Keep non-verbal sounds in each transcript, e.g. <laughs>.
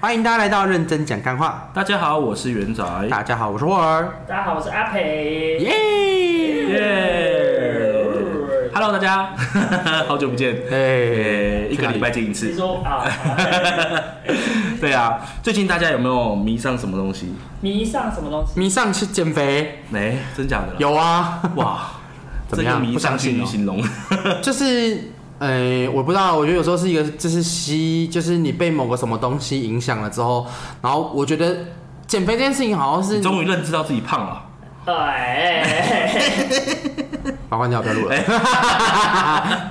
欢迎大家来到认真讲干话。大家好，我是元仔。大家好，我是霍尔，大家好，我是阿培。耶、耶 Hello，大家， <laughs> 好久不见。哎诶，一个礼拜见一 <laughs> 你次。说啊， <laughs> 对啊，最近大家有没有迷上什么东西？迷上什么东西？迷上去减肥，哎、真假的啦？有啊， <laughs> 哇，怎么样 <laughs> 这个迷上去不相形容。就是。呃，我不知道，我觉得有时候是一个，就是吸，就是你被某个什么东西影响了之后，然后我觉得减肥这件事情好像是，终于认知到自己胖了。哎，把关掉，不要录哎了，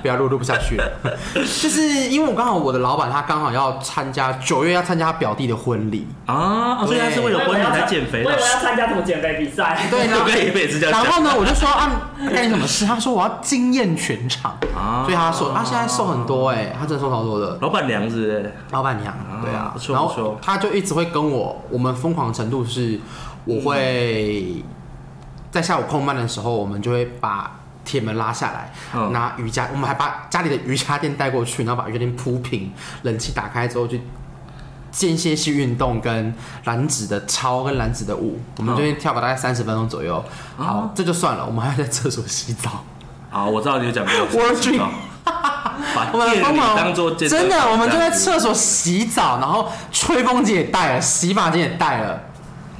<laughs> 不要录，录不下去了。 <laughs> 就是因为我刚好我的老板他刚好要参加九月要参加他表弟的婚礼，啊，哦所以他是为我了以婚为礼要才参减肥我的以。为要参加什么减肥比赛？对，然我后 <laughs> 跟一辈子这然样后讲。呢，我就说啊，干你什么事？他说我要惊艳全场，啊所以他瘦，他现在瘦很多哎、他真的瘦超多的。老板娘是不是老板娘，对啊不，错然不错后他就一直会跟我，我们疯狂的程度是，我会在下午空班的时候，我们就会把铁门拉下来，嗯拿瑜伽，我们还把家里的瑜伽垫带过去，然后把瑜伽垫铺平，冷气打开之后就。间歇性运动跟燃脂的操跟燃脂的舞，我们嗯这边跳个大概三十分钟左右。好，这就算了，我们还要在厕所洗澡。啊，我知道你有讲过。哦我的去把 <laughs> 我们店疯里狂当做健身真的，房我们就这在样子厕所洗澡，然后吹风机也带了，洗发精也带了，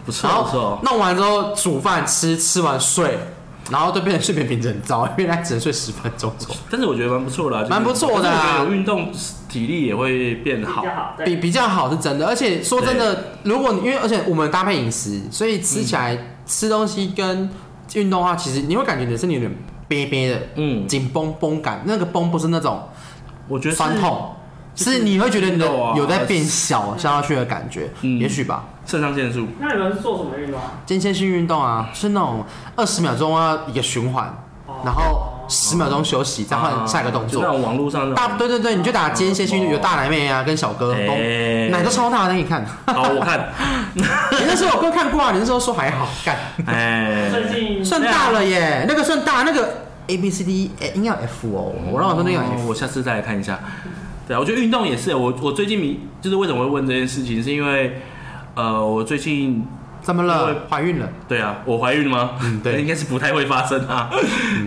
不错然不后错。弄完之后煮饭吃，吃完睡，然后就变成睡眠品质很糟，因为他只能睡十分钟左右，但是我觉得蛮不错的啊，就是蛮不错的啊我觉得有运动，体力也会变比好。较好，比对，比较好是真的。而且说真的，如果你因为而且我们搭配饮食，所以吃起来、吃东西跟运动的话，其实你会感觉你的身体有点憋憋的，嗯，紧绷绷感，那个绷不是那种我觉得是酸，痛。就是是你会觉得你的肌肉啊有在变小下去的感觉，嗯也许吧。肾上腺素那你们是做什么运动啊？间歇性运动啊，就是那种二十秒钟啊一个循环，哦然后十秒钟休息，再哦换下一个动啊就那作。种网络上那大种。对对对，你就打间歇性运动，有大奶妹啊跟小哥，都哎奶都超大的，给你看。好，<laughs> 我看，你那时候有哥看过啊，你那时候说还好，干哎，最近算大了耶，那个算大，那个 A B C D 哎应该有 F 哦，我让我说那个有 F，我下次再来看一下。对啊，我觉得运动也是，我我最近迷，就是为什么会问这件事情，是因为呃，我最近怎么因为了？怀孕了？对啊，我怀孕了吗？嗯对 <laughs> 嗯应该是不太会发生啊。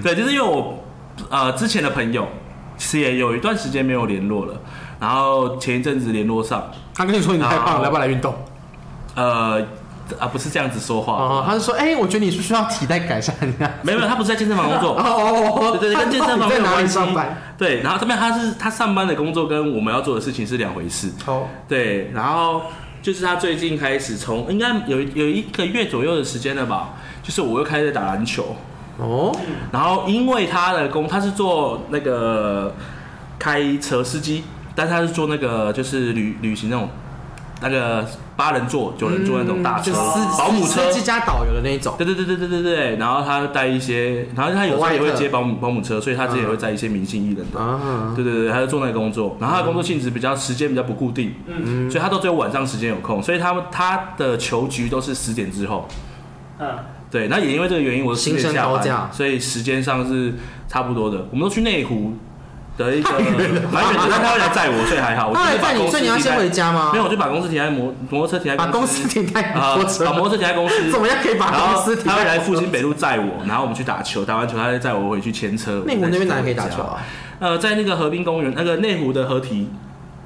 对，就是因为我呃之前的朋友，其实也有一段时间没有联络了，然后前一阵子联络上，他跟你说你太胖好了，要不要来运动？呃啊不是这样子说话，哦，他就说哎，我觉得你是需要体态改善一下。没有没有，他不是在健身房工哦作。哦哦，对对对，跟健身 <laughs> 你房没在有哪里关系上班？。对，然后这边他是他上班的工作跟我们要做的事情是两回事。哦，对，然后就是他最近开始从应该有有一个月左右的时间了吧，就是我又开始打篮球，哦，然后因为他的工他是做那个开车司机，但他是做那个就是旅旅行那种那个八人座九人座那种大车、嗯就啊司保姆车司。机加导游的那一种。对对对对对对对，然后他带一些，然后他有时候也会接保姆保姆车，所以他自己也会载一些明星艺人的。啊，对对对，他就做那个工作，然后他的工作性质比较时间比较不固定，嗯所以他都只有晚上时间有空，所以他们他的球局都是十点之后。嗯，对，那也因为这个原因，我十点下新生高价班，所以时间上是差不多的。我们都去内湖的一个太远了吧蛮远的，但他会来载我，所以还好。我他来就是把载你，公司啊所以你要停在先回家吗没？有，我就把公司停在摩摩托车停在把公司司停在啊，摩托车把摩托车停在公司， <laughs> 怎么样可以把 <laughs> 然公后司停他会来在复兴北路载我，然后我们去打球，打完球他再载我回去牵车。内湖那边哪里可以打我再球啊？呃，在那个河滨公园，那个内湖的河堤，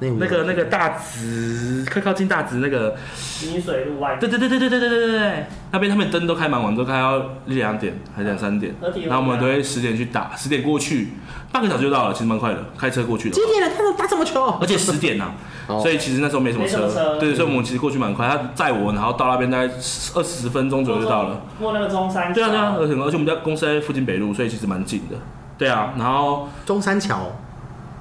内湖那个那个大直，快靠近大直那个，泥水路外，对对对对对对对对对对，那边他们灯都开蛮晚，都开到一两点还两三点合体，然后我们都会十点去打，十点过去，半个小时就到了，其实蛮快的，开车过去的几。点了？他们打什么球？而且十点呐、哦所以其实那时候没什么没车，什么车对，所以我们其实过去蛮快。他载我，然后到那边大概二十分钟左右就到了。。过那个中山。对啊，对啊，而且而且我们家公司在附近北路，所以其实蛮近的。对啊，然后中山桥，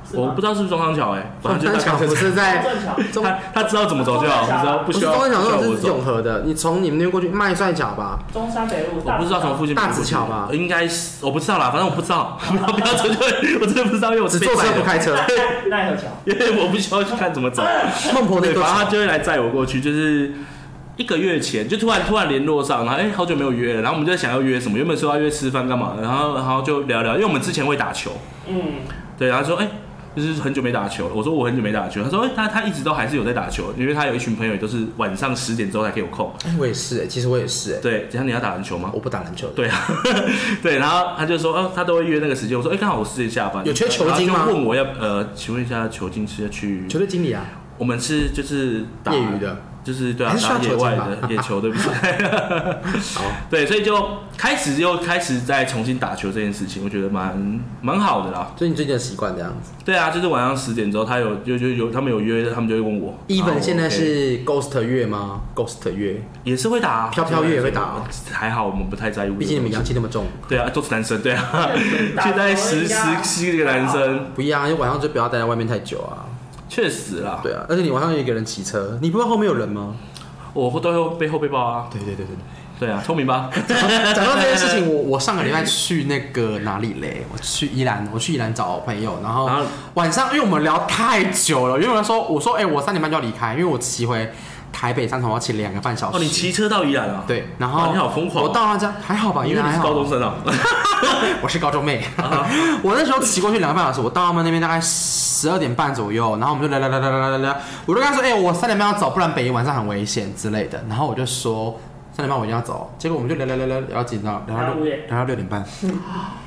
是吗我不知道是不是中山桥哎、反中正山就大桥概不是 <laughs> 在中正桥中，他他知道怎么走就好，你知道不不是需中要山需要桥，我是走永。和的。你从你们那边过去，麦帅角吧？中山北路。我不知道从附近大直桥吧应该是我不知道啦，反正我不知道， <laughs> 不要不要追究，我真的不知道，因为我只是被坐车载的不，开车。奈何桥。 <laughs> 因为我不需要去看怎么走。孟婆那对，座反正他桥，就会来载我过去，就是一个月前就突然突然联络上，然后哎、好久没有约了，然后我们就在想要约什么，原本 <laughs> 说要约吃饭干嘛，然后然后就聊聊，因为我们之前会打球，嗯，对，然后说哎、就是很久没打球了。我说我很久没打球，他说、欸、他他一直都还是有在打球，因为他有一群朋友也都是晚上十点之后才可以有空。哎我也是哎，其实我也是哎，对，然后你要打篮球吗？我不打篮球的。对啊，对，然后他就说，哦，他都会约那个时间。我说，哎、刚好我十点下班，呃有缺球精吗然后就问我要，呃，请问一下，球精是要去？球队经理啊，我们是就是打业余，的。就是对啊还，是需要打野外球精吧的野球，对不对？ <laughs> 好，对，所以就开始又开始再重新打球这件事情，我觉得蛮蛮好的啦。所以你最近的习惯这样子。对啊，就是晚上十点之后，他有就就有他们有约，他们就会问我。然后 even 我现在啊 OK 是 Ghost 月吗？Ghost 月，也是会打啊，飘飘月也会打啊还好我们不太在意。毕竟你们阳气那么重，对啊，都是男生，对啊， <laughs> 打现在球十人家十七个男生。不一样啊，因为晚上就不要待在外面太久啊。确实啦，对啊，而且你晚上有一个人骑车，你不知道后面有人吗？我会都会背后背包啊。对对对对对。对啊，聪明吧？ <laughs> 讲到这件事情，我我上个礼拜去那个哪里嘞？我去宜兰，我去宜兰找朋友，然后然后晚上因为我们聊太久了，因为我说我说哎、我三点半就要离开，因为我骑回台北三重要骑两个半小时。哦，你骑车到宜兰啊？，对，然哇后你好疯狂哦我到那家还好吧，因因为为你还是好高中生啊。 <laughs> 我是高中妹，啊 <laughs> 我那时候骑过去两个半小时，我到他们那边大概十二点半左右，然后我们就聊聊聊聊聊聊聊，我就跟他说，哎、我三点半要走，不然北宜晚上很危险之类的，然后我就说三点半我一定要走，结果我们就聊聊聊聊聊到几点到，聊到六聊到五点聊到六点半， <laughs>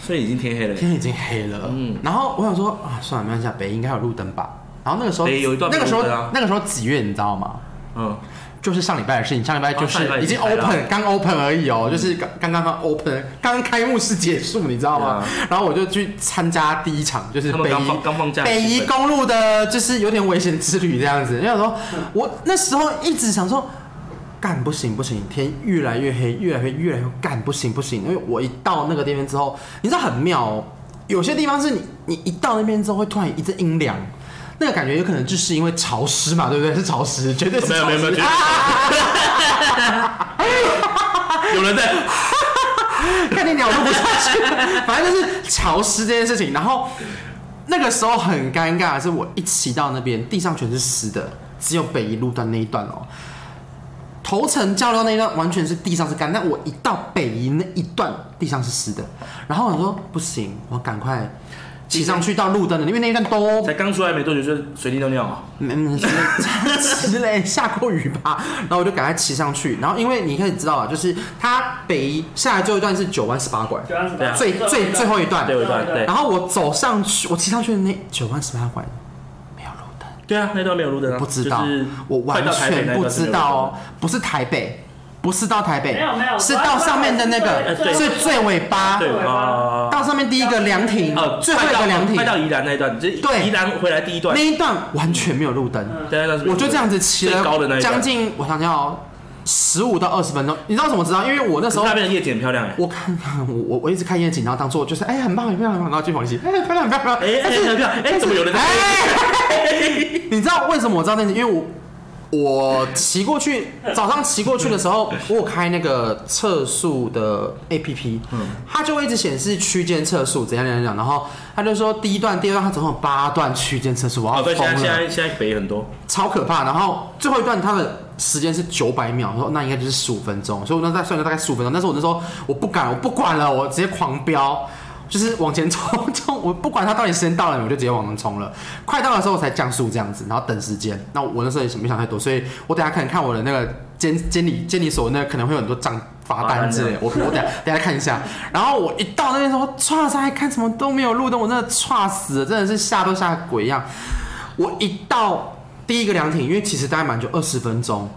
所以已经天黑了。天已经黑了，嗯然后我想说啊，算了，没关系啊，北宜应该有路灯吧，然后那个时候北宜有一段那个时候没有路灯啊那个时候几月你知道吗？ <laughs> 嗯，就是上礼拜的事情，上礼拜就哦上是礼拜已已经经开了嗯 open，刚 open 而已哦，就是刚刚刚刚 open，刚开幕式结束，你知道吗？然后我就去参加第一场，就是他们北刚宜放刚放假的北气氛。宜公路的，就是有点危险之旅这样子。因为我说，我那时候一直想说，干不行不行，天越来越黑，越来越黑越来越干不行不行。因为我一到那个地方之后，你知道很妙哦，有些地方是你你一到那边之后会突然一阵阴凉。那个感觉有可能就是因为潮湿嘛，对不对？是潮湿，绝对是没有潮哦没有没有湿绝对是有 <laughs> 人在，看你鸟录不下去，反正就是潮湿这件事情。然后那个时候很尴尬，是我一骑到那边，地上全是湿的，只有北一路段那一段哦。头城交流那一段完全是地上是干，但我一到北宜那一段地上是湿的，然后我说不行，我赶快骑上去到路灯了，因为那一段都才刚出来没多久就随地尿尿啊。嗯，之类下过雨吧，然后我就赶快骑上去，然后因为你可以知道啊，就是它北宜下来最后一段是九弯十八拐，九万十对八啊最最最后一段对，我一段对然后我走上去，我骑上去的那九万十八拐没有路灯，对啊，那段没有路灯啊，不知道就是，我完快到台北全那一不段是知没有道路哦，不是台北，不是到台北没有没有，是到上面的那个最是最尾巴，灯呃对啊，到上面第一个凉亭呃，，最后一个凉亭快到宜兰那一段，就是对宜兰回来第一段那，一段完全没有路灯，嗯对那段是没有我路就灯这样子骑最高的那了一段将近，我想想哦，十五到二十分钟，你知道怎么知道？因为我那可时是候那边的夜景很漂亮哎，我看我我我一直看夜景，然后当做就是哎、很棒很漂亮，然后继续往西，哎、漂亮很漂亮，哎哎但是很漂亮哎怎么有人在哎 <laughs> 你知道为什么我知道那件事？因为我我骑过去，早上骑过去的时候，我有开那个测速的 A P P，它嗯就会一直显示区间测速怎样怎样怎样，然后它就说第一段、第二段，它总共有八段区间测速，我哦要对，现疯在现了。在现在北很多，超可怕。然后最后一段它的时间是九百秒，我说那应该就是十五分钟，所以我那再算了大概十五分钟。但是我那时候我不敢，我不管了，我直接狂飙，就是往前冲冲，我不管它到底时间到了没，我就直接往前冲了。快到的时候我才降速这样子，然后等时间。那我那时候也没想太多，所以我等一下看看我的那个监监理监理所那可能会有很多账罚单之类的，我我等一下等一下看一下。然后我一到那边的时候，唰在看什么都没有路灯，我真的唰死了，真的是吓都吓鬼一样。我一到第一个凉亭，因为其实大概蛮久，二十分钟，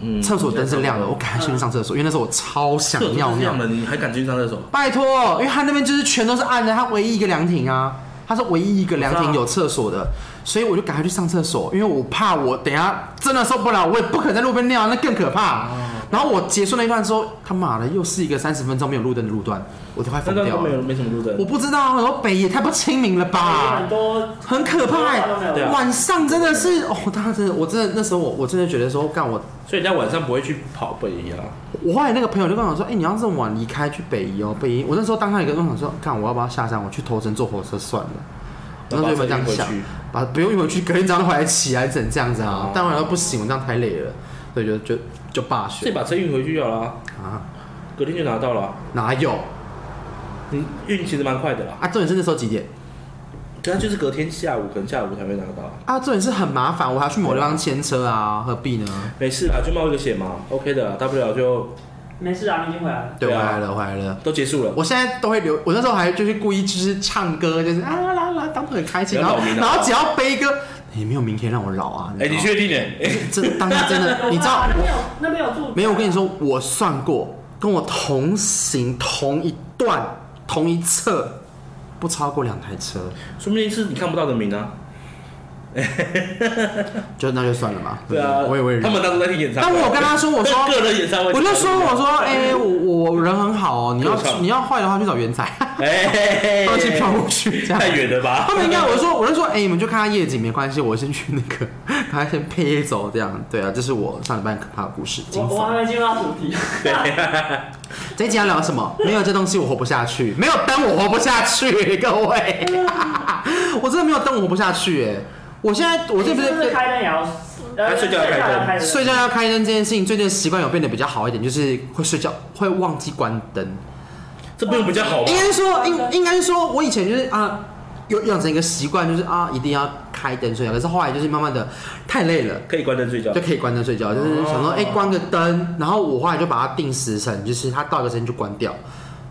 嗯，厕所灯是亮的，我厕赶快先去上厕所，因为那时候我超想所尿是尿亮。的，你还敢去上厕所？拜托，因为它那边就是全都是暗的，它唯一一个凉亭啊，它是唯一一个凉我知亭道有厕所的，所以我就赶快去上厕所，因为我怕我等一下真的受不了，我也不可能在路边尿，那更可怕。哦然后我结束那一段之后，他妈的又是一个三十分钟没有路灯的路段，我都快那疯段掉都没了。有没什么路灯我，不知道，我说北也太不亲民了啊哎吧很。多很可怕、很多话都没对有欸，啊晚上真的是哦，当然真的，我真的那时候我我真的觉得说，干我所以人家晚上不会去跑北宜啊。我后来那个朋友就跟我说，哎、你要这么晚离开去北宜哦，北宜，我那时候当下一个跟我想说，干我要不要下山，我去头城坐火车算了。然后就有没有这样想，把不用运回去，隔天早上回来起来整这样子啊哦？但我想说不行，我这样太累了，所以就就就罢自己学把车运回去好了啊，啊？隔天就拿到了啊。哪有你运其实蛮快的啦，啊？重点是那时候几点？可是他就是隔天下午，可能下午才会拿到。啊，这也是很麻烦，我还要去某地方牵车啊，何必呢？没事啦，就冒一个险嘛，OK 的啦，大不了就没事啊，你已经回来了。对，对我啊来了，我来了。都结束了。我现在都会留，我那时候还就是故意就是唱歌，就是啊啦啦啦，当作很开心，不然要后扰民啊然后只要悲歌，也没有明天让我老啊。哎、知你道吗确定哎、这当时真的，你知道那我边有那边有住？没有？我跟你，说，我算过，跟我同行同一段同一侧，不超过两台车，说不定是你看不到的名啊。就那就算了嘛。对啊，我也会他。们当初在听演唱但会，我跟他说，我说个人演唱会，我就说我说，哎、我我我人很好哦，你要歌唱你要坏的话去找元仔， <laughs> 哎、放弃飘过去这样太。远了吧？他们应该我说我就说，哎、你们就看看夜景没关系，我先去那个， <laughs> 他先配走这样。对啊，这是我上礼拜很可怕的故事，惊我我悚。还没进入到主题。这一集要聊什么？没有这东西我活不下去，没有灯我活不下去，各位， <laughs> 我真的没有灯我活不下去哎、我现在我这不你是是不是开灯也要？呃他睡觉要开灯要开灯。睡觉要开灯这件事情，最近的习惯有变得比较好一点，就是会睡觉会忘记关灯。这不用比较好吧应？该说，应应该说，我以前就是啊，有养成一个习惯，就是啊，一定要开灯睡觉。可是后来就是慢慢的太累了，可以关灯睡觉就。可以关灯睡觉，就是想说，哦哎、关个灯。然后我后来就把它定时辰，就是它到一个时间就关掉。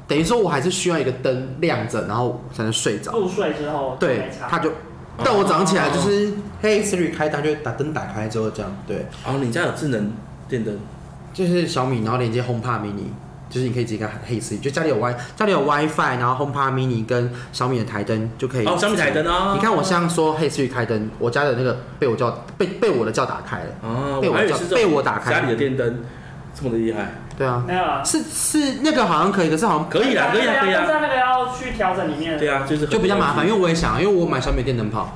等于说我还是需要一个灯亮着，然后我才能睡着。入睡之后就对没，差它就。但我早上起来就是，嘿，Siri 开灯，它就会把灯打开之后这样，对，哦，你家有智能电灯，就是小米，然后连接 HomePod Mini，就是你可以直接跟嘿 Siri，就家里有 Wi，家里有 WiFi，然后 HomePod Mini 跟小米的台灯就可以。哦，上面台灯啊。你看我像说黑市去开灯，我家的那个被我叫被被我的叫打开了。啊，被我我还以为叫是这种被我打开家里的电灯这么的厉害，对啊，没有啊。是是那个好像可以，可是好像可以啦，可以啊，可以但啊，是那个要去调整里面的。对啊，就是很就比较麻烦，因为我也想，因为我买小米电灯泡，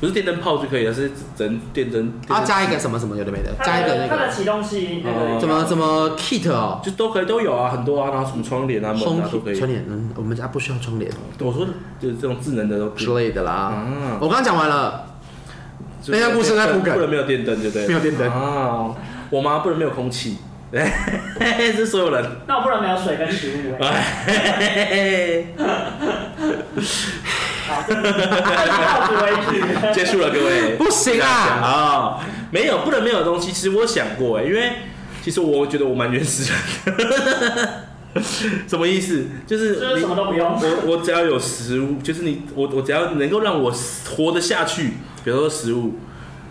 不是电灯泡就可以了，是整电灯，然后啊加一个什么什么有的没的，它的加一个那它的个启动器那个哦怎么怎么 kit 哦，就都可以都有啊，很多啊，然后什么窗帘啊、门烘啊都可以。窗帘，嗯，我们家不需要窗帘我说就是这种智能的都可以之类的啦。啊，我刚刚讲完了，就是那家故事在铺梗不能没有电灯，对不对？没有电灯啊，我妈不能没有空气， <laughs> 是所有人。 <laughs> 那我不能没有水跟食物哎。好，这是到此为止。结束了，各位。不行啊啊，没有，不能没有的东西。其实我想过，哎，因为其实我觉得我蛮原始人。 <laughs> 什么意思？就是就是你什么都不用。我我只要有食物，就是你我我只要能够让我活得下去，比如说食物，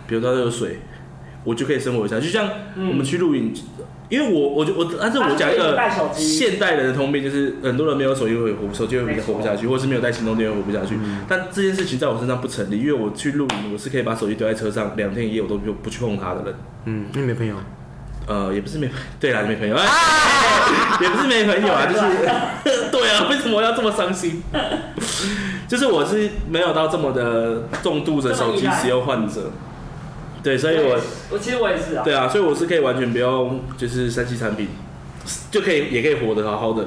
比如说有水，我就可以生活下去。就像嗯我们去露营，因为我我就我，但是我讲一啊你可以个带手机现代人的通病，就是很多人没有手机会活手机会活不下去，或者是没有带行动电源活不下去。嗯但这件事情在我身上不成立，因为我去露营，我是可以把手机丢在车上两天一夜，我都不不去碰它的人。嗯，你没朋友，呃，也不是没， <laughs> 对啦，没朋友，哎 <laughs> 也不是没朋友啊，就是 <laughs> <laughs> 对啊，为什么要这么伤心？ <laughs> 就是我是没有到这么的重度的手机使用患者，对，所以我我其实我也是啊。对啊，所以我是可以完全不用就是三 C 产品，就可以也可以活得好好的。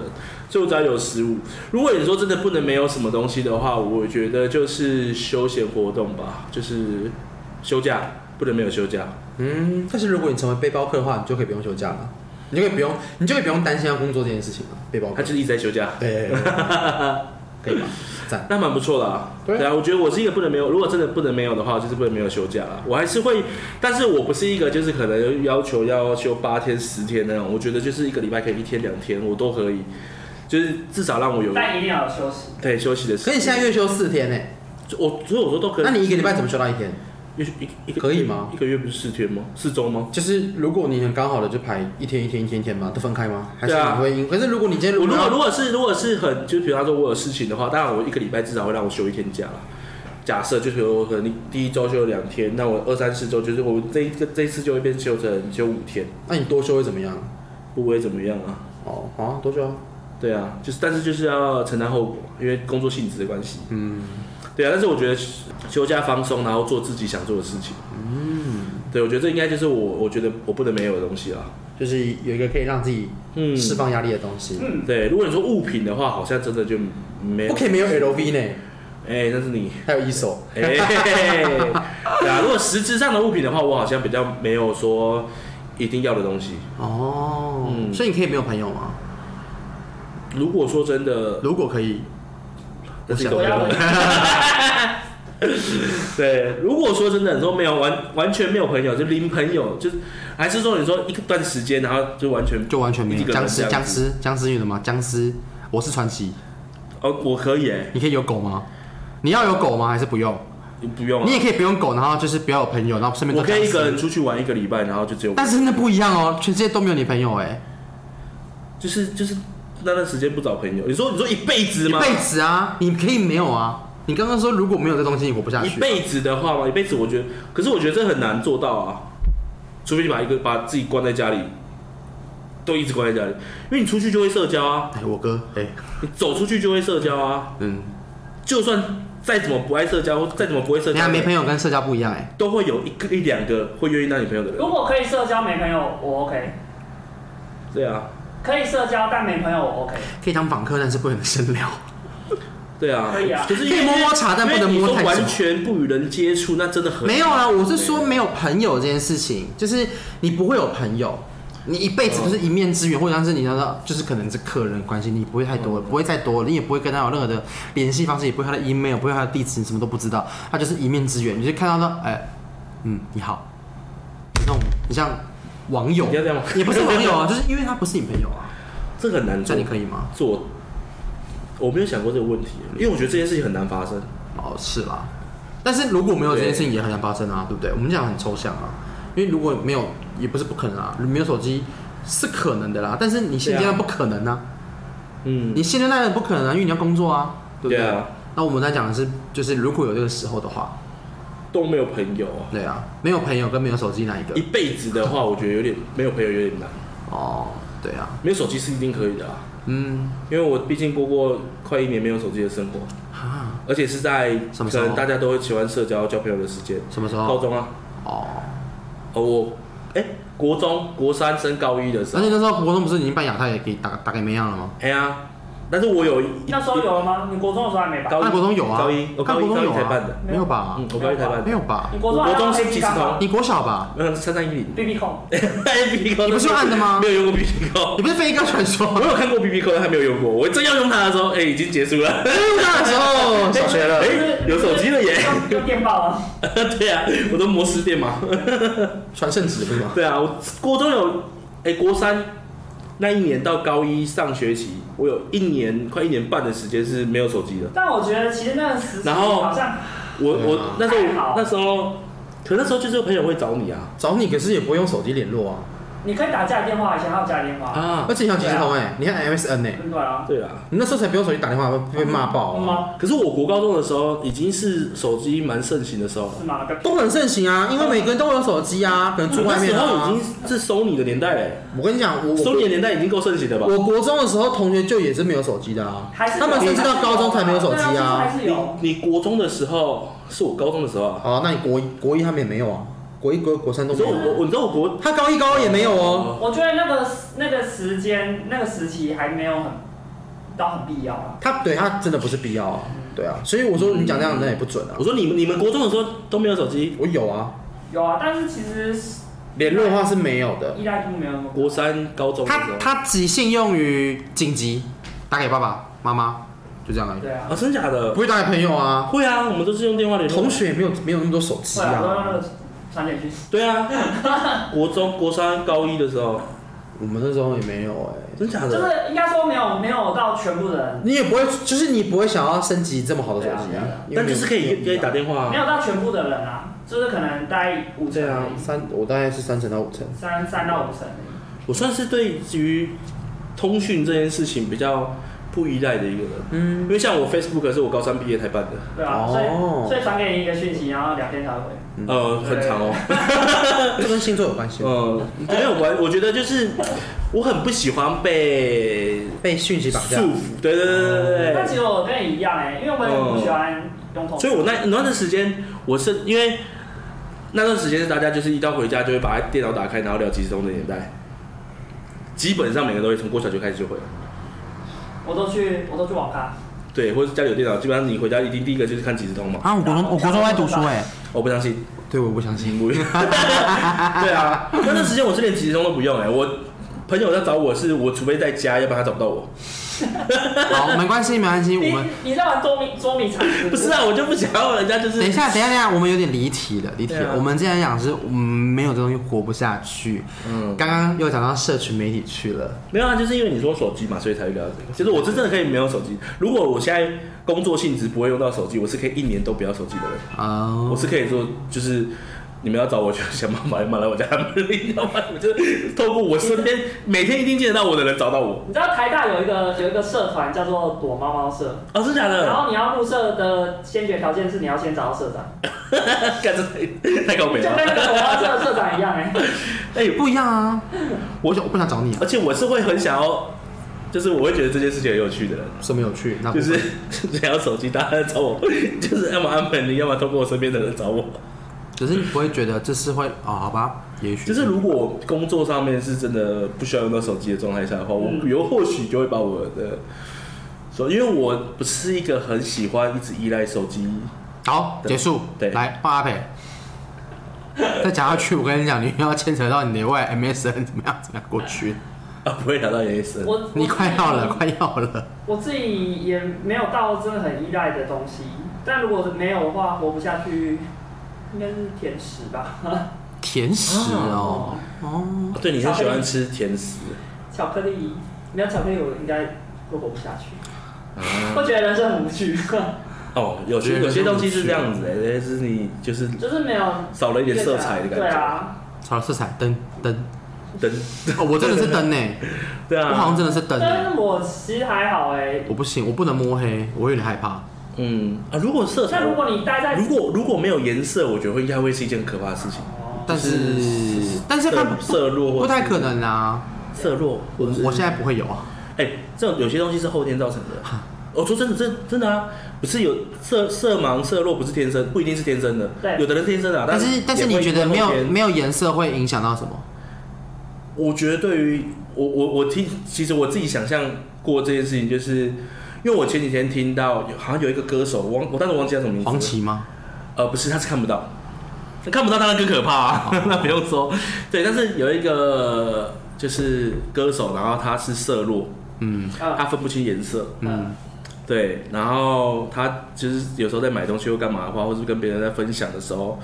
所以我只要有食物，如果你说真的不能没有什么东西的话，我觉得就是休闲活动吧，就是休假不能没有休假。嗯，但是如果你成为背包客的话，你就可以不用休假了，你就可以不用，你就可以不用担心要工作这件事情了，背包他客，就是一直在休假，啊对， <laughs> 可以吧？赞。那蛮不错的啊。对啊啊，我觉得我是一个不能没有，如果真的不能没有的话，就是不能没有休假了。我还是会，但是我不是一个就是可能要求要休八天、十天那种。我觉得就是一个礼拜可以一天、两天，我都可以，就是至少让我有但一定要有休息。对休息的时可间。以现在月休四天呢、我所以我说都可以。那你一个礼拜怎么休到一天？一一一个可以吗一个月不是四天吗？四周吗？就是如果你很刚好的就排一天一天一天一天嘛，都分开吗？还是对你啊会因？可是如果你今天我如果要如果是如果是很，就是比方说我有事情的话，当然我一个礼拜至少会让我休一天假啦。假设就是我可能第一周休两天，那我二三四周就是我这一个这一次就会变休成休五天，那你多休会怎么样？不会怎么样啊？哦，好啊，多休啊。对啊，就是但是就是要承担后果，因为工作性质的关系。嗯，对啊，但是我觉得休假放松，然后做自己想做的事情。嗯，对，我觉得这应该就是我我觉得我不能没有的东西啦。就是有一个可以让自己嗯，释放压力的东西，嗯，对，如果你说物品的话，好像真的就没有不。可以没有 LV 呢，哎、那是你。还有一手。哎、对啊，如果实质上的物品的话，我好像比较没有说一定要的东西。哦，嗯所以你可以没有朋友吗？如果说真的，如果可以，那是一懂种没我有要的有对，如果说真的，你说没有完完全没有朋友，就零朋友，就是还是说你说一段时间，然后就完全就完全没一有个人僵尸，这样僵子尸，僵尸有的吗？僵尸，我是传奇，哦，我可以哎，你可以有狗吗？你要有狗吗？还是不用？你不用啊你，也可以不用狗，然后就是不要有朋友，然后身边我都可以一僵个尸人出去玩一个礼拜，然后就只有我但是真的不一样哦，全世界都没有你朋友哎、就是就是那段时间不找朋友。你说你说一辈子一吗？辈子啊，你可以没有啊。你刚刚说如果没有这东西，你活不下去、一辈子的话嘛，一辈子我觉得，可是我觉得这很难做到啊，除非你把一个把自己关在家里，都一直关在家里，因为你出去就会社交啊，哎，我哥，哎，你走出去就会社交啊，嗯，就算再怎么不爱社交，或再怎么不会社人交家的，没朋友跟社交不一样哎、都会有一个一两个会愿意当你朋友的人如。果可以社交没朋友，我 OK；对啊，可以社交但没朋友，我 OK。可以当访客，但是不能深聊。对啊，可以啊可是因可以为摸摸茶但不能因为摸太你说久完全不与人接触，那真的很没有啊，我是说没有朋友这件事情，就是你不会有朋友，你一辈嗯子就是一面之缘，或者像是你那个就是可能是客人关系，你不会太嗯多，不会再多，你也不会跟他有任何的联系方式，也不会他的 email，不会他的地址，你什么都不知道，他就是一面之缘，你就看到说，哎、嗯，你好，那种你像网友你要这样吗，也不是网友啊，就是因为他不是你朋友啊，这个很难这做样你。可以吗？做，我没有想过这个问题，因为我觉得这件事情很难发生。哦，是啦。但是如果没有这件事情，也很难发生啊，对不对？我们讲很抽象啊，因为如果没有，也不是不可能啊，没有手机是可能的啦。但是你现阶段不可能啊，嗯，你现阶段不可能啊，因为你要工作啊，对不对？对啊那我们在讲的是，就是如果有这个时候的话，都没有朋友啊。对啊，没有朋友跟没有手机哪一一个？辈子的话，我觉得有点没有朋友有点难。哦，对啊，没有手机是一定可以的啊，嗯，因为我毕竟过过快一年没有手机的生活，啊，而且是在什可么时候能大家都会喜欢社交交朋友的时间。什么时高候？中啊，哦，哦我，哎、国中国三升高一的时而且候，那时候国中不是已经办亚太也给打打给梅样了吗？哎呀、但是我有一那时候有了吗？你国中的时候还没吧？高一那国中有啊，高一那我高一国中高一有才啊办的，没有吧嗯？，我高一才办没的，有吧？你国中我还国中当是 A 即 B 时杠通吗你国小吧？嗯，三三一零 <laughs> 哎 B B 控， ，B B 扣，你不是用按的吗没有用过 B B <laughs> 扣你，不是飞鸽传说？我有看过 B B 扣，但还没有用过。我真要用它的时候，哎、已经结束了。那时候 <laughs> 小学了哎，有手机 <laughs> 了耶用用电报啊，对啊，我都磨失电嘛。传圣旨不是吗？对啊，我国中有，哎、国三那一年到高一上学期，我有一年快一年半的时间是没有手机的。但我觉得其实那个时期然后好像我对我啊那时候还好那时候，可那时候就是有朋友会找你啊找你可是也不用手机联络啊，你可以打家里电话，以前还有家里电话，啊而，且你还有即时通哎、你看 MSN 哎、对啊，对啊。你那时候才不用手机打电话会被骂爆、是啊，吗？可是我国高中的时候已经是手机蛮盛行的时候了，是吗？都很盛行啊，因为每个人都有手机啊，可能住那外面时啊候已。经是 Sony 的年代嘞我跟你讲，我，Sony 的我年代已经够盛行的吧？我国中的时候同学就也是没有手机的啊，还是他们甚至到高中才没有手机还啊。是你有。你国中的时候是我高中的时候啊，哦，那你国一国一他们也没有啊，国一国二国三都你没说我有、我啊，我你知道我国他高一高二也没有哦。我觉得那个那个时间那个时期还没有很到很必要啊。他对他真的不是必要啊，对啊，所以我说你讲这样那也不准啊我。说你们你们国中的时候都没有手机，我有啊，有啊，但是其实联络的话是没有的，依赖度没有那么国三高中的时它候。它只限用于紧急，打给爸爸妈妈，就这样而已，对啊啊，，真假的不？会打给朋友啊。会啊，我们都是用电话联络。同学也没有没有那么多手机会啊，都用啊那。个传简讯。对啊， <laughs> 国中国三高一的时候，我们那时候也没有哎、真假就的？是应该说没有没有到全部的人，你也不会，就是你不会想要升级这么好的手机对啊，因为但没就有是可以可以打。电话没啊。有到全部的人啊，就是可能待五成对啊而已三，我大概是三层到五层。三三到五成而我算是对于通讯这件事情比较不依赖的一个人，因嗯，为像我 Facebook 是我高三毕业才办的，已，对啊，哦所以所以传给你一个讯息，然后两天才回。嗯呃，很长哦。这跟星座有关系吗？嗯，没有关，我觉得就是我很不喜欢被被讯息束绑架。哦缚，对对对对但对。其实我跟你一样哎，因为我也不喜欢用通所以我那那段时间，我是因为那段时间是大家就是一到回家就会把电脑打开，然后聊即时通的年代，基本上每个人都会从过小就开始就会了，我都去我都去网咖，对，或者是家里有电脑，基本上你回家一定第一个就是看即时通嘛。啊，我国中我国中在读书哎、我不相信， <laughs> 对，我不相信。对啊，那段时间我是连即时通都不用哎、我朋友要找我是我，除非在家，要不然他找不到我。好，没关系，没关系，我你们你在玩捉迷捉迷藏是不是啊，我就不想要人家就是等一下，等一下，等一下，我们有点离题了，离题对了。啊我们之前讲是，嗯，没有这东西活不下去。嗯，刚刚又讲到社群媒体去了，没有啊，就是因为你说手机嘛，所以才会聊到这个。其实我是真的可以没有手机，如果我现在工作性质不会用到手机，我是可以一年都不要手机的人，哦我，是可以做就是。你们要找我，就想办法买买来我家门，你知道吗？我就是透过我身边每天一定见得到我的人找到我。你知道台大有一个有一个社团叫做躲猫猫社，哦，真的假然的？后你要入社的先决条件是你要先找到社长，干这太太高就明了跟。那个躲猫社的社长一样哎、哎、不一样啊！我想我不想找你啊而，且我是会很想要，就是我会觉得这件事情很有趣的人，什么有趣？那就是只要手机大家来找我，就是要么安本你，要么通过我身边的人找我。只是你不会觉得这是会哦，好吧，也许就是如果工作上面是真的不需要用到手机的状态下的话，我嗯有或许就会把我的手，因为我不是一个很喜欢一直依赖手机。好结束，对来换阿培。再讲下去，我跟你讲，你又要牵扯到你的外 MSN 怎么样怎么样过去，啊，不会聊到颜色。我你快要了，快要了。我自己也没有到真的很依赖的东西，但如果没有的话，活不下去，应该是甜食吧，甜食哦，哦，对，你很喜欢吃甜食，巧克力，没有巧克力我应该会活不下去，啊会觉得人生很无趣，哦，有些有些东西是这样子的、欸就是你就是就是没有少了一点色彩的感觉。对啊，少了色彩灯灯，灯，哦，我真的是灯呢，对我好像 <laughs> 啊，真的是灯欸呢，但是我其实还好哎、我不行，我不能摸黑，我有点害怕。嗯啊，如果色彩那，如果你待在如果如果没有颜色，我觉得会应该会是一件可怕的事情。哦但是但是看色不色弱或不太是可能啊，色弱，我或者是我现在不会有啊。哎、这种有些东西是后天造成的。我说真的，真真的啊，不是有色色盲色弱不是天生，不一定是天生的，对有的人天生的、啊，但是但是也你会觉得没有因为后天没有颜色会影响到什么？我觉得对于我我我听，其实我自己想象过这件事情，就是因为我前几天听到有好像有一个歌手，我忘我当时忘记他什么名字，黄芪吗？呃，不是，他是看不到，看不到当然更可 <laughs> 怕啊，那不用说。对，但是有一个就是歌手，然后他是色弱，嗯他啊分不清颜色，嗯嗯，对，然后他就是有时候在买东西或干嘛的话，或是跟别人在分享的时候，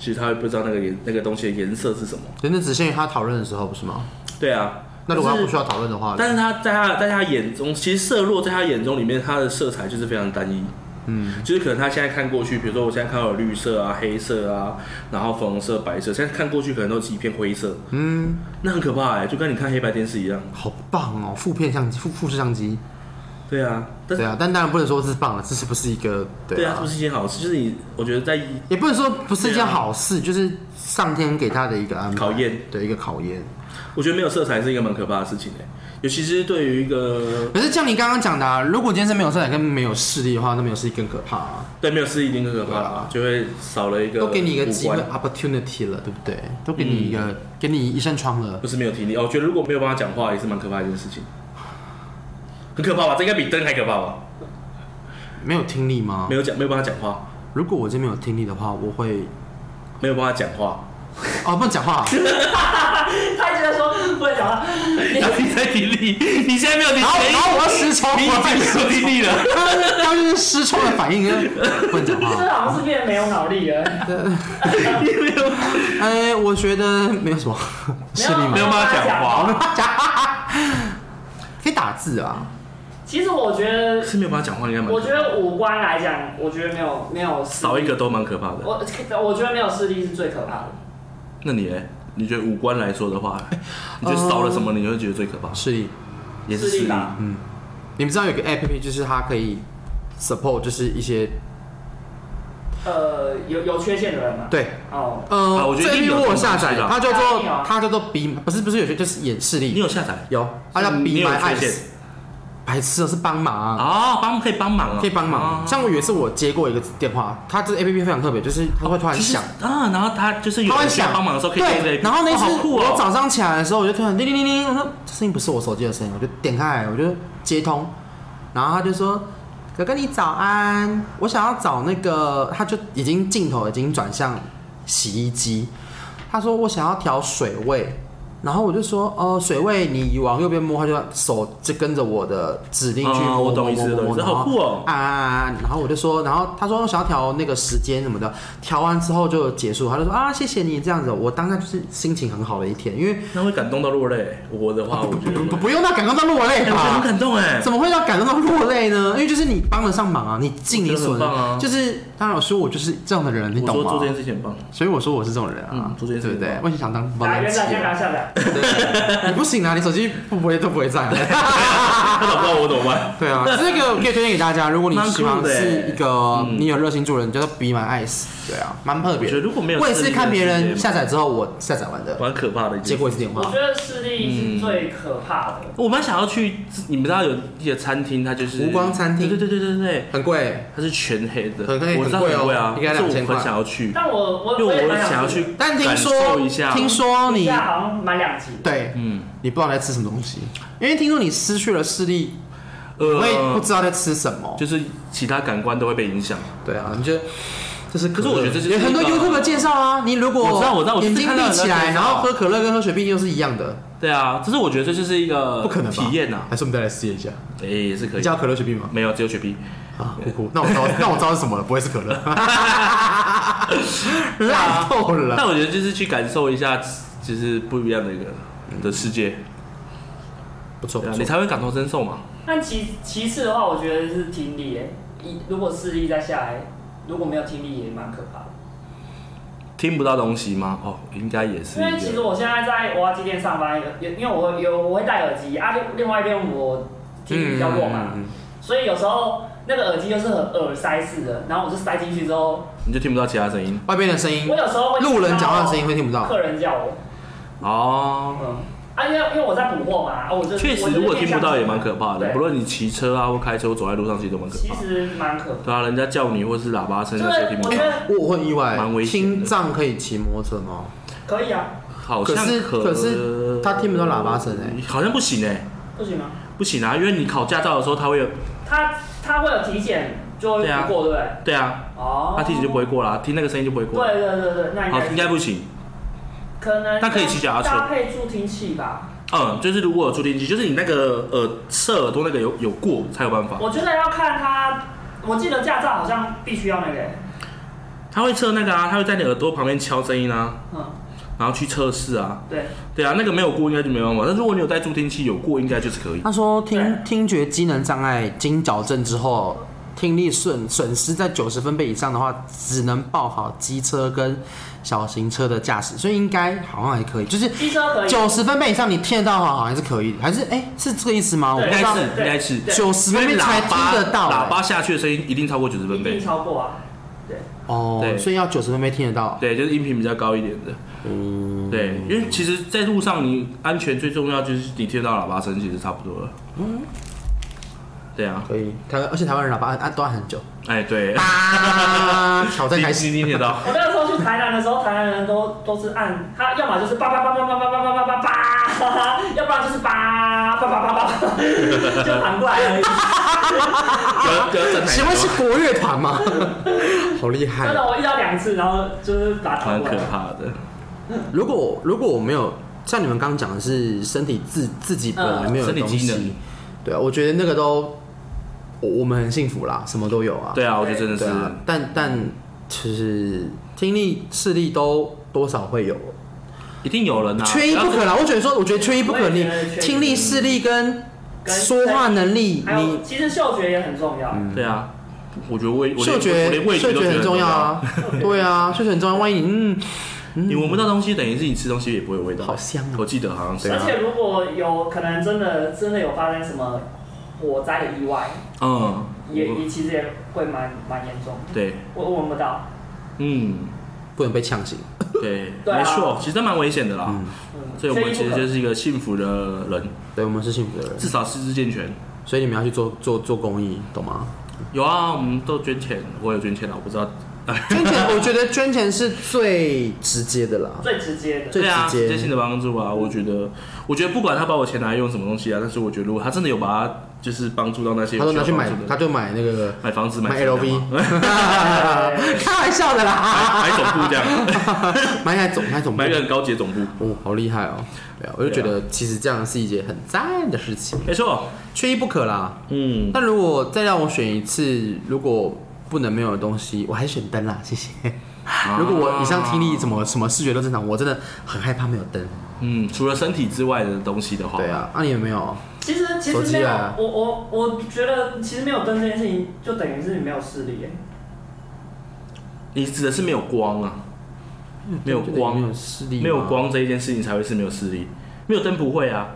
其实他会不知道那个颜那个东西的颜色是什么。真的只限于他讨论的时候，不是吗？对啊，那如果他但不需是要讨论的话，但是他在他在他眼中，其实色弱在他眼中里面，他的色彩就是非常单一。嗯，就是可能他现在看过去，比如说我现在看到有绿色啊、黑色啊，然后粉红色、白色，现在看过去可能都是一片灰色，嗯，那很可怕哎、就跟你看黑白电视一样。好棒哦，负片相机、负负式相机，对啊，对但是啊，但当然不能说这是棒了，这是不是一个对对啊，啊这不？是一件好事，就是你我觉得在也不能说不是一件好事，就是上天给他的一个安排啊考验，对一个考验。我觉得没有色彩是一个蛮可怕的事情哎、尤其是对于一个可是像你刚刚讲的、啊，如果今天是没有色彩跟没有视力的话，那没有视力更可怕啊，对没有视力一定更可怕对啊了，就会少了一个都给你一个五机会官嗯 opportunity 了，对不对？都给你一个、给你一扇窗了。不是没有体力哦。我觉得如果没有办法讲话，也是蛮可怕的一件事情，很可怕吧？这应该比灯还可怕吧？没有听力吗没？有讲，没有办法讲话，如果我真没有听力的话，我 <laughs> 会没有办法讲话。 <laughs> 哦，不能讲话。 <laughs> 他一直在说不能讲话，你然后你在体力，你现在没有体力，然后，然后我要失聪，你已我经没有体力了。他就是他就是失聪的 <laughs> 反应，就是不能讲这话。好像是变得没有脑力了。哎，我觉得没有什么 <laughs> 视力没有嘛，办法讲话， <laughs> 可以打字啊。其实我觉得，是没有办法讲话，应该蛮我觉得五官来讲，我觉得没有没有视力少一个。都蛮可怕的。我我 <laughs> 觉得没有视力是最可怕的。那你呢？你觉得五官来说 <laughs> 的话，你觉得少了什么？你会觉得最可怕？呃视力，也是视视力力。吧嗯，你们知道有个 app，就是它可以 support，就是一些呃，有有缺陷的人嘛。对，哦，啊呃我，觉得这一定有 app 这种我下载东西，啦它叫一做定有啊它叫做 be，不是不是有些就是眼视你力，有下载有，它叫 be 你有 my 缺陷 eyes，白痴哦，是帮忙。啊？帮可以帮忙啊，可以帮忙。啊像我有一次我接过一个电话，它这 A P P 非常特别，就是它会突然就是响，啊，然后他就是有它会人需响要帮忙的时候可以用这对，个然后那哦次好酷我哦，早上起来的时候，我就突然叮叮叮叮，我说这声音不是我手机的声音，我就点开来，我就接通，然后他就说。哥哥，你早安！我想要找那个，他就已经镜头已经转向洗衣机。他说我想要调水位，然后我就说，呃，水位你往右边摸，他就手就跟着我的指令去啊摸，我懂摸意思，摸懂意摸思，然后好酷哦。啊啊啊！然后我就说，然后他说想要调那个时间什么的，调完之后就结束，他就说啊，谢谢你这样子。我当下就是心情很好的一天，因为那会感动到落泪。我的话，我觉得不不用到感动到落泪哎我 <laughs> 很吧？感动哎，怎么会要感动到落泪呢？因为就是你帮得上忙啊，你尽你所我觉得很棒啊能，就是当然我说我就是这样的人，你我懂说做吗？这件事情 <laughs> 很棒，所以我说我是这种人啊嗯，做这件事对不情对？我也想当打 volunteer 原来先拿下来，对你 <laughs> 不行啊，你手机不会都不会在 <laughs> 啊。他找不到我怎么办？对啊，这个可以推荐给大家。如果你希望是一个蛮酷的欸嗯你有热心助人，你叫做 Be My Eyes，对啊，蛮特我别觉得的。如果没有，我也是看别人下载之后，我下载完的，蛮可怕的一件事结果也是电我话觉。得视力是最可怕的。我蛮想要去，你们知道有一些餐厅，它就是无光餐厅对对对对对对，很贵，它是全黑的，很贵我知道很贵啊，很贵哦应该但是我2000块很想要去，但我我因也为我蛮想要去，去，但听说感受一下听说一你下好像买两集。对嗯，你不知道在吃什么东西，因为听说你失去了视力，我也不呃，知道在吃什么。就是其他感官都会被影响。对啊，你觉得这是可乐？嗯可是我觉得这就是有很多一个 YouTube 介绍啊，你如果我知道我知道我是眼睛看到闭人家起来，介绍然后喝可乐跟喝雪碧又是一样的，对啊，只是我觉得这就是一个不可能吧呃体验呐，还是我们再来试一下？哎，也是可你以知。道可乐雪碧吗？没有，只有雪碧。啊，哭哭，那我知 <laughs> 道，那我知道是什么了，不会是可乐，烂透了。但我觉得就是去感受一下，就是不一样的一个嗯的世界，不错对不啊，错你，才会感同身受嘛。但其其次的话，我觉得是听力耶，一如果视力再下来，如果没有听力也蛮可怕的。听不到东西吗？哦，应该也是因为其一实个。我现在在娃娃机店上班，有因为我有我会戴耳机啊，另另外一边我听力比较弱嘛，嗯，所以有时候那个耳机又是很耳塞式的，然后我就塞进去之后，你就听不到其他声音外边的声音我，有时候会路人讲话的声音，音会听不嗯到。客人叫我，哦。嗯，啊，因为因为我在补货嘛，啊，我就确实，我就如果听不到也蛮怕。可怕的，对不论你骑车啊或开车，走在路上其实都蛮可其怕的。实蛮可对啊，人家叫你或是喇叭声怕，就那些是听不我觉到，得我很意外蛮危，险的心脏可以骑摩托车吗？可以啊，好像可是可是他听不到喇叭声欸好像不行哎、不行吗？不行啊，因为你考驾照的时候他会有，他他会有体检就会对啊不过，对不对？对啊，哦，他体检就不会过啦，听那个声音就不会过。对对对对，那应好该，是应该不行。可能但可以骑脚踏车搭配助听器吧。嗯，就是如果有助听器，就是你那个呃侧耳朵那个有有过才有办法。我觉得要看他，我记得驾照好像必须要那个，欸他会测那个啊，他会在你耳朵旁边敲声音啊，嗯，然后去测试啊。对，对啊，那个没有过应该就没办法。但如果你有带助听器有过，应该就是可以。他说对听听觉机能障碍经矫正之后，听力损损失在九十分贝以上的话，只能报好机车跟小型车的驾驶，所以应该好像还可以，就是。机车可以，九十分贝以上你听得到的话好像还是可以的，还是哎、是这个意思吗？我对不应知该道是，应对该是。对九十分贝才听得到、喇哎叭下去的声音一定超过九十分一定贝。超过啊。哦对，所以要九十分贝听得到。对，就是音频比较高一点的。嗯，对，因为其实，在路上你安全最重要就是你听得到喇叭声，其实差不多了。哦对啊，可以。台湾，而且台湾人喇叭按啊按都按很 <laughs> 久。哎，对，啊，挑战开始。你你 <laughs> 听得到。我那个时候去台南的时候，台南人都都是按他，要么就是叭叭叭叭叭叭叭叭叭叭叭，要不然就是叭叭叭叭叭，就反过来而已。不要不要站太请问是多国乐团 <laughs> 吗？好厉真害！的，我遇到两次，然后就是把它打蛮过可来。怕的。如果如果我没有像你们刚刚讲的是身体自自己本嗯来没有的身体东机西能，，对啊，我觉得那个都我我们很幸福啦，什么都有啊。对啊，我觉得真的对啊是，但但其实听力、视力都多少会有，一定有人啊，缺一不可啦。我觉得说，我觉得缺一不可，我也你觉得缺一不可听力、视力跟说话能力，还有，你其实嗅觉也很重要。对啊，我觉得味，我连嗅我觉连味嗅觉都觉得很重要啊， <laughs> 对啊，嗅觉很重要。万一你嗯很重要。你闻不到东西，等于是你吃东西也不会有味道。好香啊我记得好像是而啊。且如果有可能真的真的有发生什么火灾的意外，嗯，也我也其实也会蛮蛮严重的。对，我我闻不到，嗯，不能被呛醒，对，对啊没错，其实蛮危险的啦。嗯，所以我们缺其一实不可就是一个幸福的人，对我们是幸福的人，至少四肢健全。所以你们要去做做做公益，懂吗？有啊，我们都捐钱，我有捐钱啊，我不知道捐钱， <laughs> 我觉得捐钱是最直接的啦。最直接的。最对啊，直接直接性的帮助啊，我觉得，我觉得不管他把我钱拿来用什么东西啊，但是我觉得如果他真的有把它就是帮助到那些他说有需要拿去买帮助，的他就买那个买房子、买车嘛 LV，买 <laughs> 开玩笑的啦，买总部这样， <laughs> 买买总买总部买一个很高级的总部，哦，好厉害哦！对啊，我就觉得其实这样是一件很赞的事情，没错，缺一不可啦。嗯，但如果再让我选一次，如果不能没有的东西，我还是选灯啦， <laughs> 谢谢。如果我以上听力怎么，么什么视觉都正常，我真的很害怕没有灯。嗯，除了身体之外的东西的话，对，啊，那、你有没有？其实其手实机没有啊，我我我觉得其实没有灯这件事情，就等于是你没有视力耶。你指的是没有光啊，没有光没有视力，没有。光这一件事情才会是没有视力，没有灯不会啊，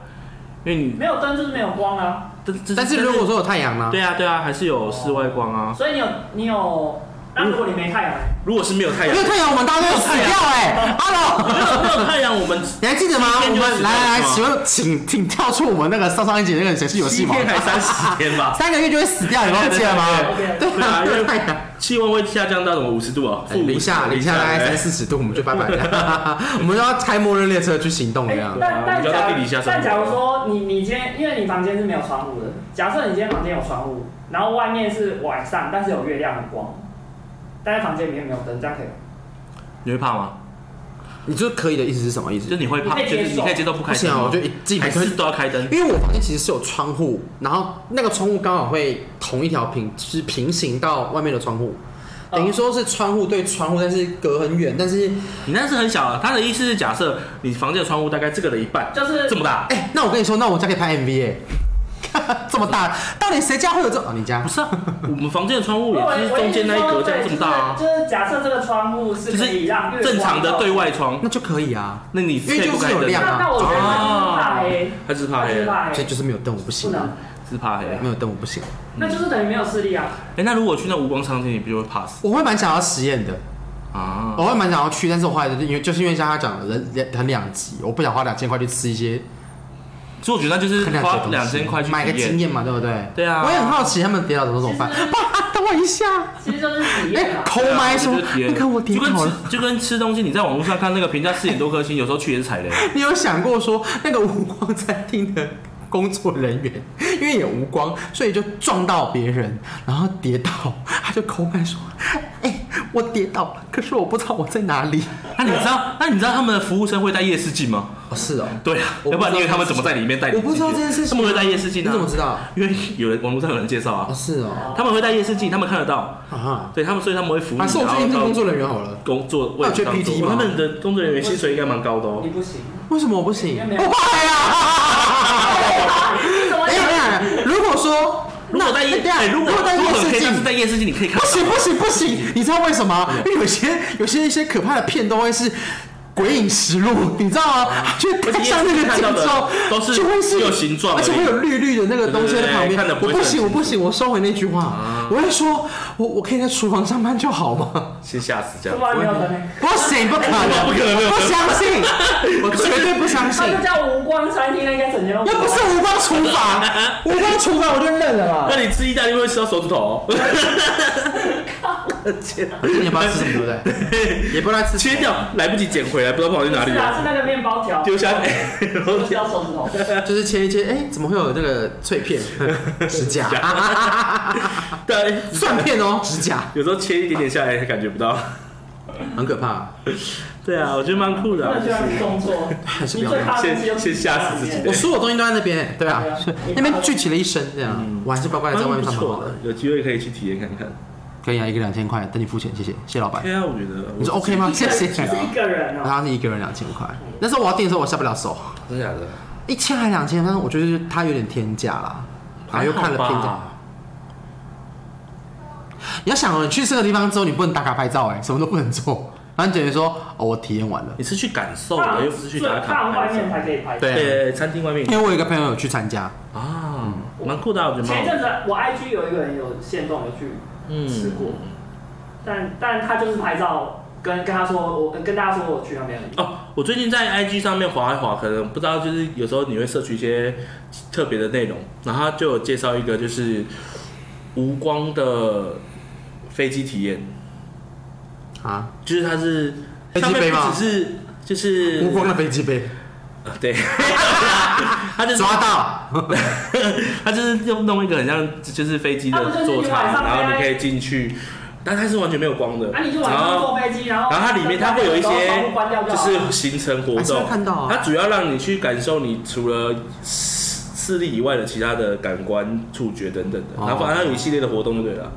因为你没有灯就是没有光啊，但但是如果说有太阳呢？对啊对啊，还是有室外光啊，所以你有你有。那如果你没太阳，如果是没有太 <laughs> 阳没有，太阳，我们大家都死掉哎、欸！阿龙，没有没有太阳，我们你还记得吗？七我天就死们掉来来来，是吗请问请请跳出我们那个上上一集那个谁是游戏七吗？天还三十 <laughs> 天吧，三个月就会死掉，你忘记了吗？对 <laughs> 对对啊，对没啊有太阳。气温会下降到什么五十度啊？哎零下零下大概三四十。十度，我们就拜拜了。 <laughs> 我们要开末日列车去行动这样。哎但但你就到假地底下生活啊但假如说你你今天，因为你房间是没有窗户的，假设你今天房间有窗户，然后外面是晚上，但是有月亮的光，但是房间里面没有灯，这样可以吗？你会怕吗？你就可以的意思是什么意就思是？你会怕，你可以就接受是你可以接受不不开灯行吗啊，我就一进还门就是都要开灯。因为我房间其实是有窗户，然后那个窗户刚好会同一条平，就是平行到外面的窗户，等于说是窗户对窗户，但是隔很远，但是你那是很小啊，他的意思是假设你房间的窗户大概这个的一半，就是这么大。哎、那我跟你说，那我家可以拍 MV 哎、 <laughs> 这么大，到底谁家会有这？哦，你家不是啊，我们房间的窗户我也我是中间那一格这样这么大啊，就是就是假设这个窗户是可以让月光正常的对照外窗，那就可以啊，那你可以因不开为就是有灯亮那那我觉得他就是怕黑，他是啊怕他黑啊就是，怕所以黑，就是没有灯我不不行能啊，，是怕黑。没有灯我不行，那就是等于没有视力啊。哎，那如果去那无光商店，你不就会怕死我会蛮想要实验的。啊？我会蛮想要去，但是我后来就因为就是因为像他讲的，人人很两极，我不想花两千块去吃一些所以我觉得那就是很两极的花东西两千块去买个体验经验嘛，对不对？对啊我也很好奇他们跌倒怎么怎么办 <laughs> 其实。爸，等我一下。嗯 <laughs> 其实就是体验哎，啊。抠对啊麦说这就是体：“验你看我跌就跟倒吃了。就跟吃东西，你在网络上看那个评价四点多颗星，有时候去也是踩雷。”你有想过说那个无光餐厅的工作人员，因为也无光，所以就撞到别人，然后跌倒，他就抠麦说：“哎，我跌倒了，可是我不知道我在哪里。那你知道那你知道他们的服务生会戴夜视镜吗？”哦，是哦，对啊，我不知道要不然你以为他们怎么在里面戴？我不知道这件事情啊他们会戴夜视镜你啊？怎么知道？因为有人网络上有人介绍哦，啊，是哦，他们会戴夜视镜，他们看得到，啊。对他们，所以他们会服务你。还是我去应聘然后到工作人员好了。工作那位我置去上 PT 做哦吗他们的工作人员薪水应该蛮高的哦你。不 <laughs> 行，为什么我不行？因为没有我怕哎呀！ <laughs> 你怎么哎讲？呀，如果说如果戴夜，那哎那如果戴夜如果可视以但是镜。戴夜视镜你可以看不到。行不行不行！你知道为什么？因为有些有些一些可怕的片都会是鬼影实录，你知道吗？啊就戴上那个镜之后，都是就会是有形状而而已且会有绿绿的那个东西在旁对对对边看得。不我会啊不行很我不行，我收回那句话，我会说，我我可以在厨房上班就好吗？ <laughs> 先吓死这样。怎么啊没有灯呢？不行，不可能，不可能没有不相信，我绝对不相信他。就叫无光餐厅，那应该整间都又不是无光厨 <laughs> 房，无光厨房我就认了吧那。你吃意大利会吃到手指头哦，你也不知道吃什么，对不对？也不知道吃切掉来不及捡回来，不知道跑去哪不里 <laughs> 是啊，了，是那个面包条丢下。哎然后不是要哦手指头。啊就是切一切，哎，怎么会有那个脆片？ <laughs> 指甲， <laughs> 啊对，啊蒜片哦，指甲，有时候切一点点下来还感觉不到。很可怕。对啊，我觉得蛮酷的、不啊。能去就让你是 <laughs> 工作，还是不要你最怕的东西就是先先吓死自己我所有东西都在那边，对啊对啊，那边聚集了一身这样，我还是乖乖的哎在外面嗯不上班好错了的。，有机会可以去体验看看。可以啊，一个两千块，等你付钱，谢谢，谢谢老板。对啊，我觉得你说 OK <laughs> 吗？谢谢。是一个人啊哦。然后是一个人两千块，那时候我要订的时候我下不了手，真的假的？一千还两千，但是我觉得它有点天价啦，然后又看了还片好价。吧，你要想哦，你去这个地方之后，你不能打卡拍照，哎，什么都不能做。然后你等于说，哦，我体验完了。你是去感受大的，又不是去打卡大外拍面照。才可以拍。对对，餐厅外面因为我有一个朋友有去参加，啊，蛮酷的啊，我嗯觉得蛮前一好。阵子我 IG 有一个人有现动有去吃过，但但他就是拍照跟跟他说我跟大家说我去那边而已。哦，我最近在 IG 上面划一划，可能不知道，就是有时候你会摄取一些特别的内容，然后它就有介绍一个就是无光的飞机体验，啊，就是它是飞机上杯面吗不只是就是无光的飞机杯呃 <laughs> 对， <laughs> 它就是抓到，它就是用弄一个很像就是飞机它不就是的座你晚舱，上然后飞你可以进去，但它是完全没有光的，啊，你就晚然上后坐飞机，然后然后它里面它会有一然后窗些户关掉就就好是行程活还是会动，看到它啊，主要让你去感受你除了视视力以外的其他的感官、触觉等等的，哦然后反正它有一系列的活动就对了。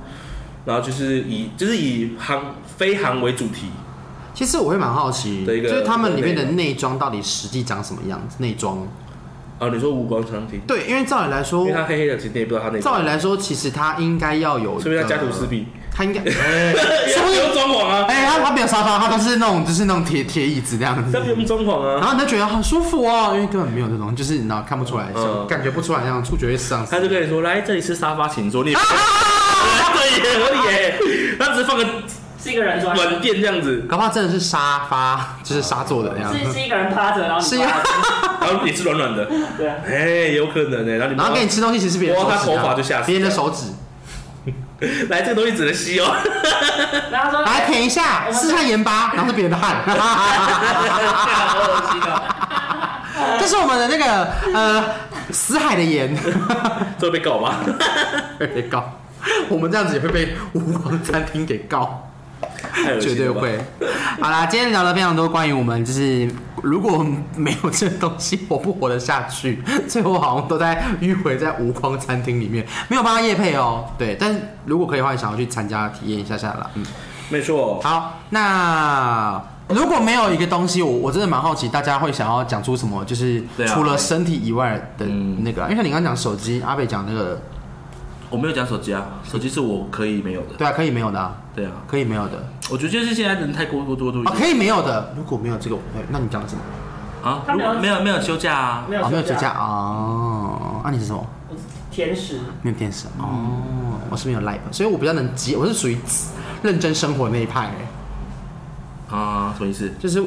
然后就是以就是以航飞航为主题，其实我会蛮好奇，的一就个是他们里面的内装到底实际长什么样子？内装啊，你说无光餐厅，对，因为照理来因说为，它黑黑的，其实你也不知道它那哦照个，理来说，其实它应该要有一个，所以它家徒四壁，它 <laughs> 应该，哎也说 <laughs> 不不定用装潢啊，哎，它它没有沙发，它都是那种就是那种铁铁椅子这样子它。不用装潢然啊，后你就觉得好舒服哦，因为根本没有这种，就是你知道看不出来，嗯像感觉不出来那样，触觉会丧失。他就跟你说来这里是沙发，请坐，你也不对耶合理耶，他只是放个是一个人转，软垫这样子，搞不好真的是沙发，就是沙做的那样是子，是一个人趴着，然后是啊你呀趴着然后也是软软的，对啊，哎，有可能哎，然后你然后给你吃东西，其实别人的手指啊哇他头发就吓死了别人的手指，来这个东西只能吸哦。然后他说来哎舔一 <laughs> 下，试下盐巴，然后是别人的汗。 <laughs> 好恶心哦，这是我们的那个呃死海的 <laughs> 盐，这会被告吧？被告。我们这样子也会被无光餐厅给告，太 <laughs> 恶心绝对了吧。会。好啦，今天聊了非常多关于我们，就是如果没有这东西，活不活得下去？ <laughs> 最后好像都在迂回在无光餐厅里面，没有帮他夜配哦。对，但是如果可以的话，想要去参加体验一下下啦。嗯，没错，好，那如果没有一个东西，我我真的蛮好奇，大家会想要讲出什么？就是对啊除了身体以外的嗯那个，啊因为像你刚刚讲手机，阿北讲那个，我没有讲手机啊，手机是我可以没有的。对啊，可以没有的、啊，对啊，可以没有的我觉得就是现在人太过过多多啊，可以没有的。如果没有这个，我会那你讲的什么？啊他没有有没有休假啊，没啊，有没有酒驾，哦，啊，你是什么？我是甜食，没有电视嗯哦，我是没有 live，所以我比较能接，我是属于认真生活那一派、啊，什么意思？就是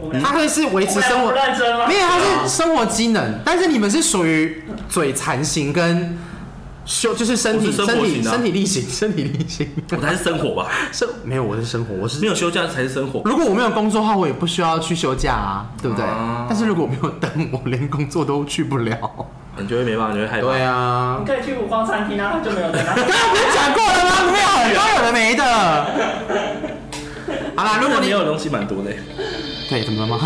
我们他会是嗯维持生嗯我活们不认真吗？啊没有，它是生活机能，但是你们是属于嘴馋型跟修，就是身体、我是生活身体、型啊身体力行、身体力行。我才是生活吧，生 <laughs> 没有，我是生活，我是没有休假才是生活。 <laughs> 如果我没有工作的话，我也不需要去休假啊，对不对？啊但是如果没有灯，我连工作都去不了。你就会没办法，你会害怕。对啊你，可以去五光餐厅啊，就没有人啊。刚刚不是讲过了吗？里面有很多有的没 <laughs> 的。好啦，如果你你有的东西蛮多的，对，怎么了吗？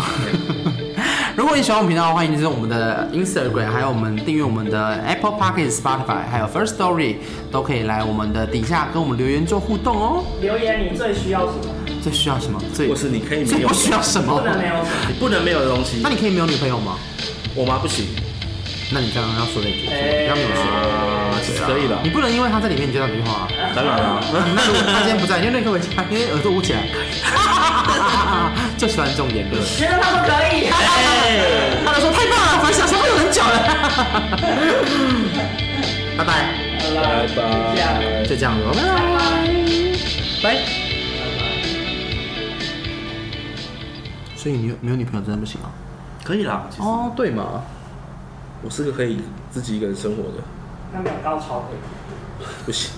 <laughs> 如果你喜欢我们频道的话，欢迎就是我们的 Instagram，还有我们订阅我们的 Apple p o c k e t Spotify，还有 First Story，都可以来我们的底下跟我们留言做互动哦。留言你最需要什么？最需要什么？最或是你可以没最有不，需要什么不？能没有什么。你不能没有的东西那。你可以没有女朋友吗？我妈不行那你刚刚要说那句，哎刚刚没有说，啊，可以的你，不能因为他在里面你就讲这句 <laughs> 话啊。当然了。那如果他今天不在，你就立刻回家，因为耳朵捂起 <laughs> 来。 <laughs> 就喜欢这种言论。觉得他说可以，哎他就说太棒了，反响什么有很久了。拜 <laughs> 拜。好啦拜拜。就这样子，拜拜拜拜。拜。所以你有没有女朋友真的不行啊？ <laughs> 可以啦，其实哦，对嘛，我是个可以自己一个人生活的，那没有高潮可以。 <laughs> 不行。